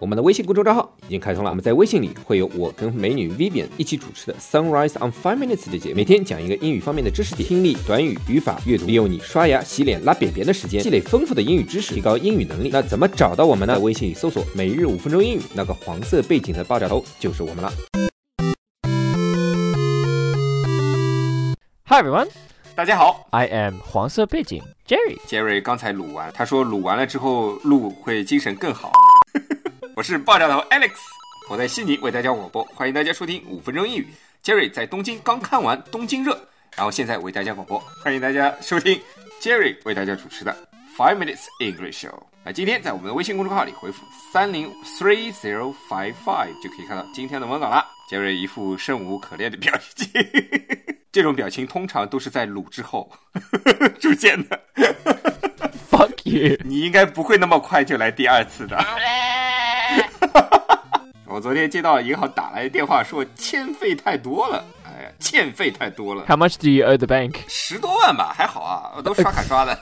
我们的微信公众账号已经开通了，我们在微信里会有我跟美女 Vivian 一起主持的 Sunrise on Five Minutes 的节目，每天讲一个英语方面的知识点，听力、短语、语法、阅读，利用你刷牙、洗脸、拉便便的时间，积累丰富的英语知识，提高英语能力。那怎么找到我们呢？在微信里搜索“每日五分钟英语”，那个黄色背景的爆炸头就是我们了。 Hi everyone, 大家好 I am 黄色背景 Jerry。杰瑞刚才撸完，他说撸完了之后录会精神更好。我是爆炸头 Alex，我在悉尼为大家广播，欢迎大家收听五分钟英语。杰瑞在东京刚看完《东京热》，然后现在为大家广播，欢迎大家收听杰瑞为大家主持的 Five Minutes English Show。那今天在我们的微信公众号里回复三零 three zero five five 就可以看到今天的文稿啦。杰瑞一副生无可恋的表情，这种表情通常都是在撸之后 出现的。 Fuck you！你应该不会那么快就来第二次的。 我昨天接到银行打来电话，说欠费太多了，哎呀，欠费太多了， How much do you owe the bank? 十多万吧，还好啊，我都刷卡刷的。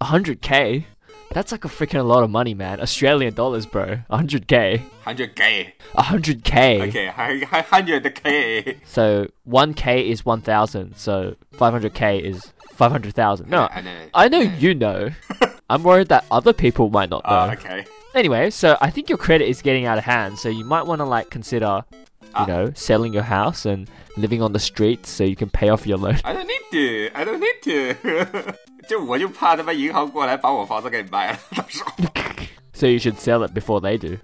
100 k. That's like a freaking lot of money, man. Australian dollars, bro. 100 k. Hundred K，OK，、 100 k. OK，还还 hundred K， So 1 k is 1,000. So 500 k is 500,000. No, 啊 I know. I know you know. I'm worried that other people might not 啊、know. o k Anyway, so I think your credit is getting out of hand, so you might want to like consider, you Ah. know, selling your house and living on the streets so you can pay off your loan. I don't need to，I don't need to 。 就我就怕他妈银行过来把我房子给卖了，到时候 so you should sell it before they do.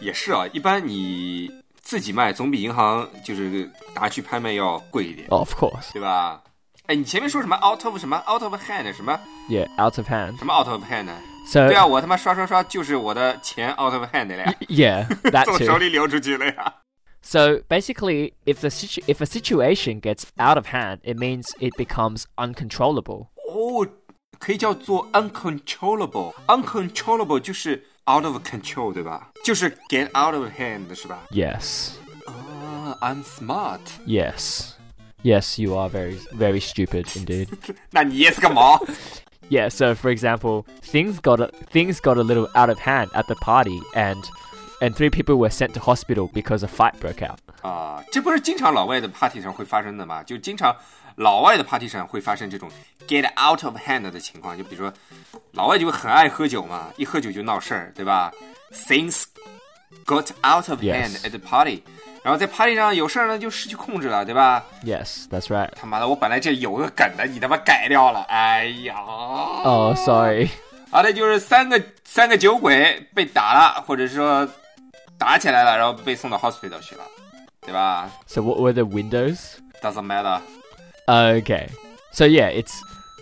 也是啊。一般你自己卖总比银行就是拿去拍卖要贵一点。 Oh, of course. 对吧？哎，你前面说什么 out of 什么 out of hand 什么 Yeah, out of hand. 什么 out of hand？ So 对啊，我他妈刷刷刷就是我的钱 out of hand 了呀 y-，yeah, that 从手 too. 里流出去了呀。 So basically, if the situ- if a situation gets out of hand, it means it becomes uncontrollable. 哦，可以叫做 uncontrollable。uncontrollable 就是 out of control，对吧？就是 get out of hand 是吧？ Yes. 啊、i m smart。 Yes. Yes, you are very very stupid indeed. 那你 yes 个毛？ Yeah, so for example, things got a, things got a little out of hand at the party, and and three people were sent to hospital because a fight broke out. 啊、这不是经常老外的 party 上会发生的吗？就经常老外的 party 上会发生这种 get out of hand 的情况，就比如说老外就很爱喝酒嘛，一喝酒就闹事儿，对吧？Things got out of hand Yes. at the party，然后在 party 上有事儿呢就失去控制了，对吧？ Yes, that's right. 他妈的，我本来这有个梗的，你他妈改掉了，哎呀！ Oh, sorry. 好的，就是三个三个酒鬼被打了，或者说打起来了，然后被送到 hospital 去了，对吧 So what were the windows? ？Doesn't matter。 Okay. So yeah, it's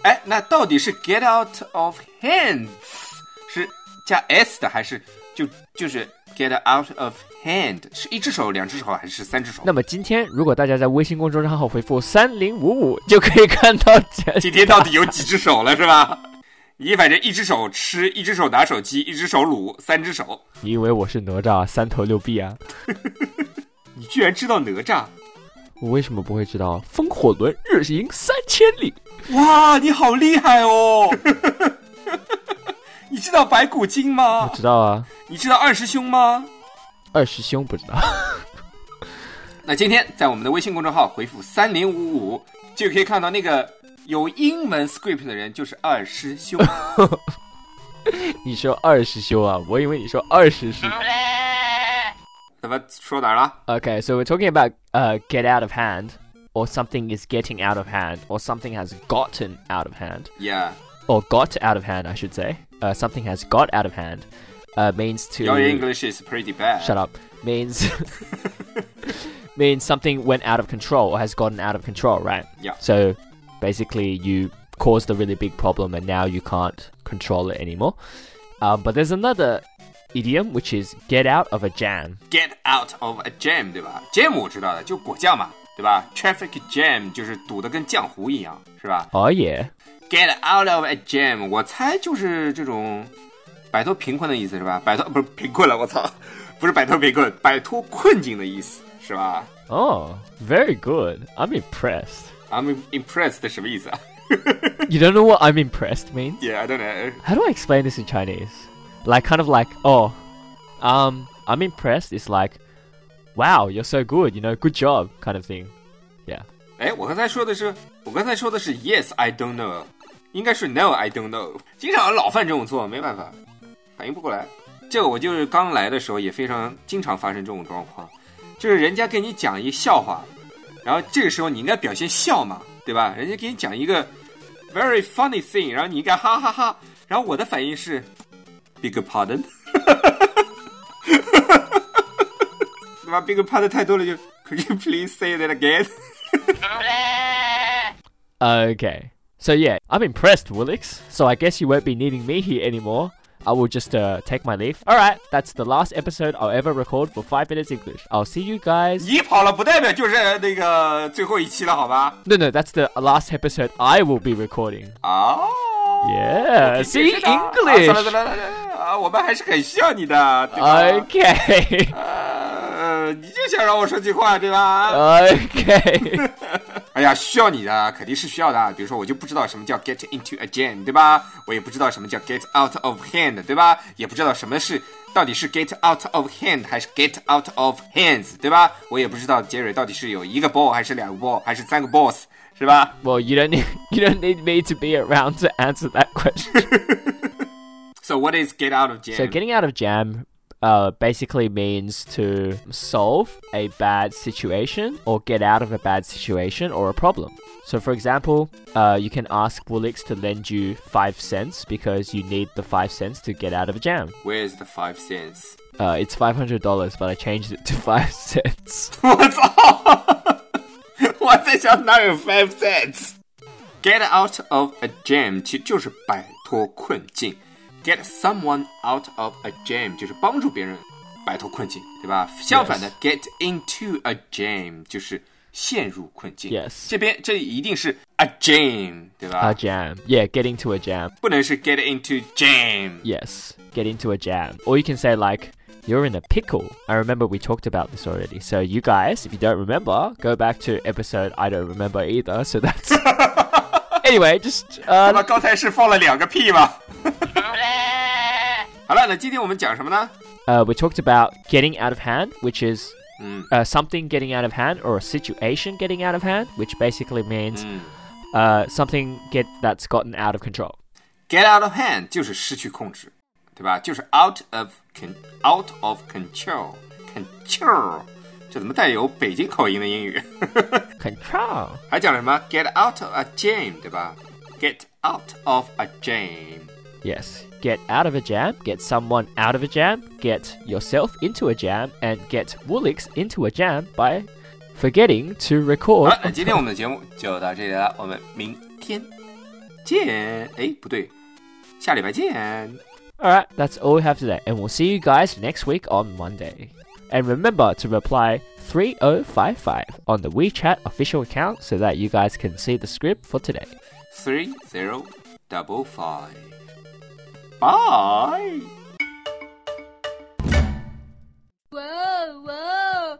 哎，那到底是 get out of hands 是加 s 的，还是就就是 get out of hand 是一只手、两只手还是三只手？那么今天如果大家在微信公众号回复三零五五，就可以看到这今天到底有几只手了，是吧？你反正一只手吃，一只手拿手机，一只手撸，三只手。你以为我是哪吒三头六臂啊？你居然知道哪吒？我为什么不会知道风火轮日行三千里？哇，你好厉害哦！ 你知道白骨精吗我？知道啊，你知道二师兄吗？二师兄不知道。 那今天在我们的微信公众号回复三零五五，就可以看到那个有英文 script 的人就是二师兄。你说二师兄啊？我以为你说二十师。怎么说哪儿了？ Okay, so we're talking about uh, get out of hand, or something is getting out of hand, or something has gotten out of hand, 呀、 or got out of hand, I should say. Uh, something has got out of hand uh, means to. your English is pretty bad。 Shut up. Means. means something went out of control or has gotten out of control, right? Yeah. So basically, you caused a really big problem and now you can't control it anymore. Um, but there's another idiom which is get out of a jam. Get out of a jam，对吧？Jam 我知道的，就果酱嘛，对吧？Traffic jam 就是堵得跟浆糊一样，是吧 Oh, yeah. ？Get out of a jam，我猜就是这种摆脱贫困的意思，是吧？摆脱不是贫困了，我操，不是摆脱贫困，摆脱困境的意思，是吧 Oh, very good. I'm impressed. ？I'm impressed 什么意思啊 You don't know what I'm impressed means? ？Yeah, I don't know. How do I explain this in Chinese? Like, kind of like, oh, um, I'm impressed is like, wow, you're so good, you know, good job, kind of thing. 哎，我刚才说的是，我刚才说的是 Yes, I don't know，应该是 No, I don't know。经常老犯这种错，没办法，反应不过来。这个我就是刚来的时候也非常经常发生这种状况，就是人家给你讲一笑话，然后这个时候你应该表现笑嘛，对吧？人家给你讲一个 very funny thing，然后你应该哈哈哈然后我的反应是 big pardon，对吧？big pardon 太多了，就 could you please say that again？ Okay. So yeah, I'm impressed, Willix. So I guess you won't be needing me here anymore. I will just uh, take my leave. All right, that's the last episode I'll ever record for Five Minutes English. I'll see you guys. 你跑了不代表就是那个最后一期了，好吧？ No, no, that's the last episode I will be recording. 哦、 Yeah, 我听 see 解释的啊算了 English. 算了算了啊，我们还是很需要你的，对哎吧 Okay, 呃，你就想让我说句话，对吧呃 okay. 哎呀，需要你的，肯定是需要的。比如说，我就不知道什么叫 get into a jam，对吧？我也不知道什么叫 get out of hand，对吧？也不知道什么是到底是 get out of hand 还是 get out of hands，对吧？我也不知道杰瑞到底是有一个 ball 还是两个 ball 还是三个 balls，是吧？ Well, you don't need you don't need me to be around to answer that question. So what is get out of jam？ So getting out of jam uh, basically means to solve a bad situation or get out of a bad situation or a problem. So for example, uh, you can ask Woolix to lend you five cents because you need the five cents to get out of a jam. Where's the five cents？ Uh, it's five hundred dollars, but I changed it to five cents. 我操！ 我在想哪有 five cents？Get out of a jam 其实就是摆脱困境，get someone out of a jam 就是帮助别人摆脱困境，对吧？相反的，get into a jam 就是陷入困境。 Yes 这边这一定是 a jam，对吧 A jam, yeah, getting to a jam. 不能是 get into jam。 Yes, get into a jam. Or you can say, like, you're in a pickle. I remember we talked about this already. So, you guys, if you don't remember, go back to episode I don't remember either. So, that's. anyway, just. 那么 Uh, 刚才是放了两个屁吗？ 好了，那今天我们讲什么呢？ uh, we talked about getting out of hand, which is. 嗯 Uh, something getting out of hand or a situation getting out of hand, which basically means 嗯 uh, something get that's gotten out of control. ，get out of hand 就是失去控制，对吧？就是 out of con out of control control，这怎么带有北京口音的英语？ Control. 还讲了什么 get out of a jam，对吧？get out of a jam， Yes. Get out of a jam, get someone out of a jam, get yourself into a jam, and get Woolix into a jam by forgetting to 好 record. 了，那今天我们的节目就到这里了，我们明天见。哎，不对，下礼拜见。 Alright, that's all we have today, and we'll see you guys next week on Monday. And remember to reply 3055 on the WeChat official account so that you guys can see the script for today. three zero double five. Bye. Whoa, whoa, oh.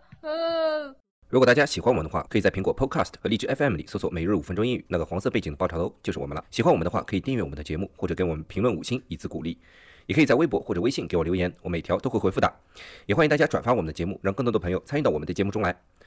whoa. 如果大家喜欢我们的话，可以在苹果 Podcast 和荔枝 FM 里搜索“每日五分钟英语”，那个黄色背景的爆炒头就是我们了。喜欢我们的话，可以订阅我们的节目，或者给我们评论五星以资鼓励。也可以在微博或者微信给我留言，我每条都会回复的。也欢迎大家转发我们的节目，让更多的朋友参与到我们的节目中来。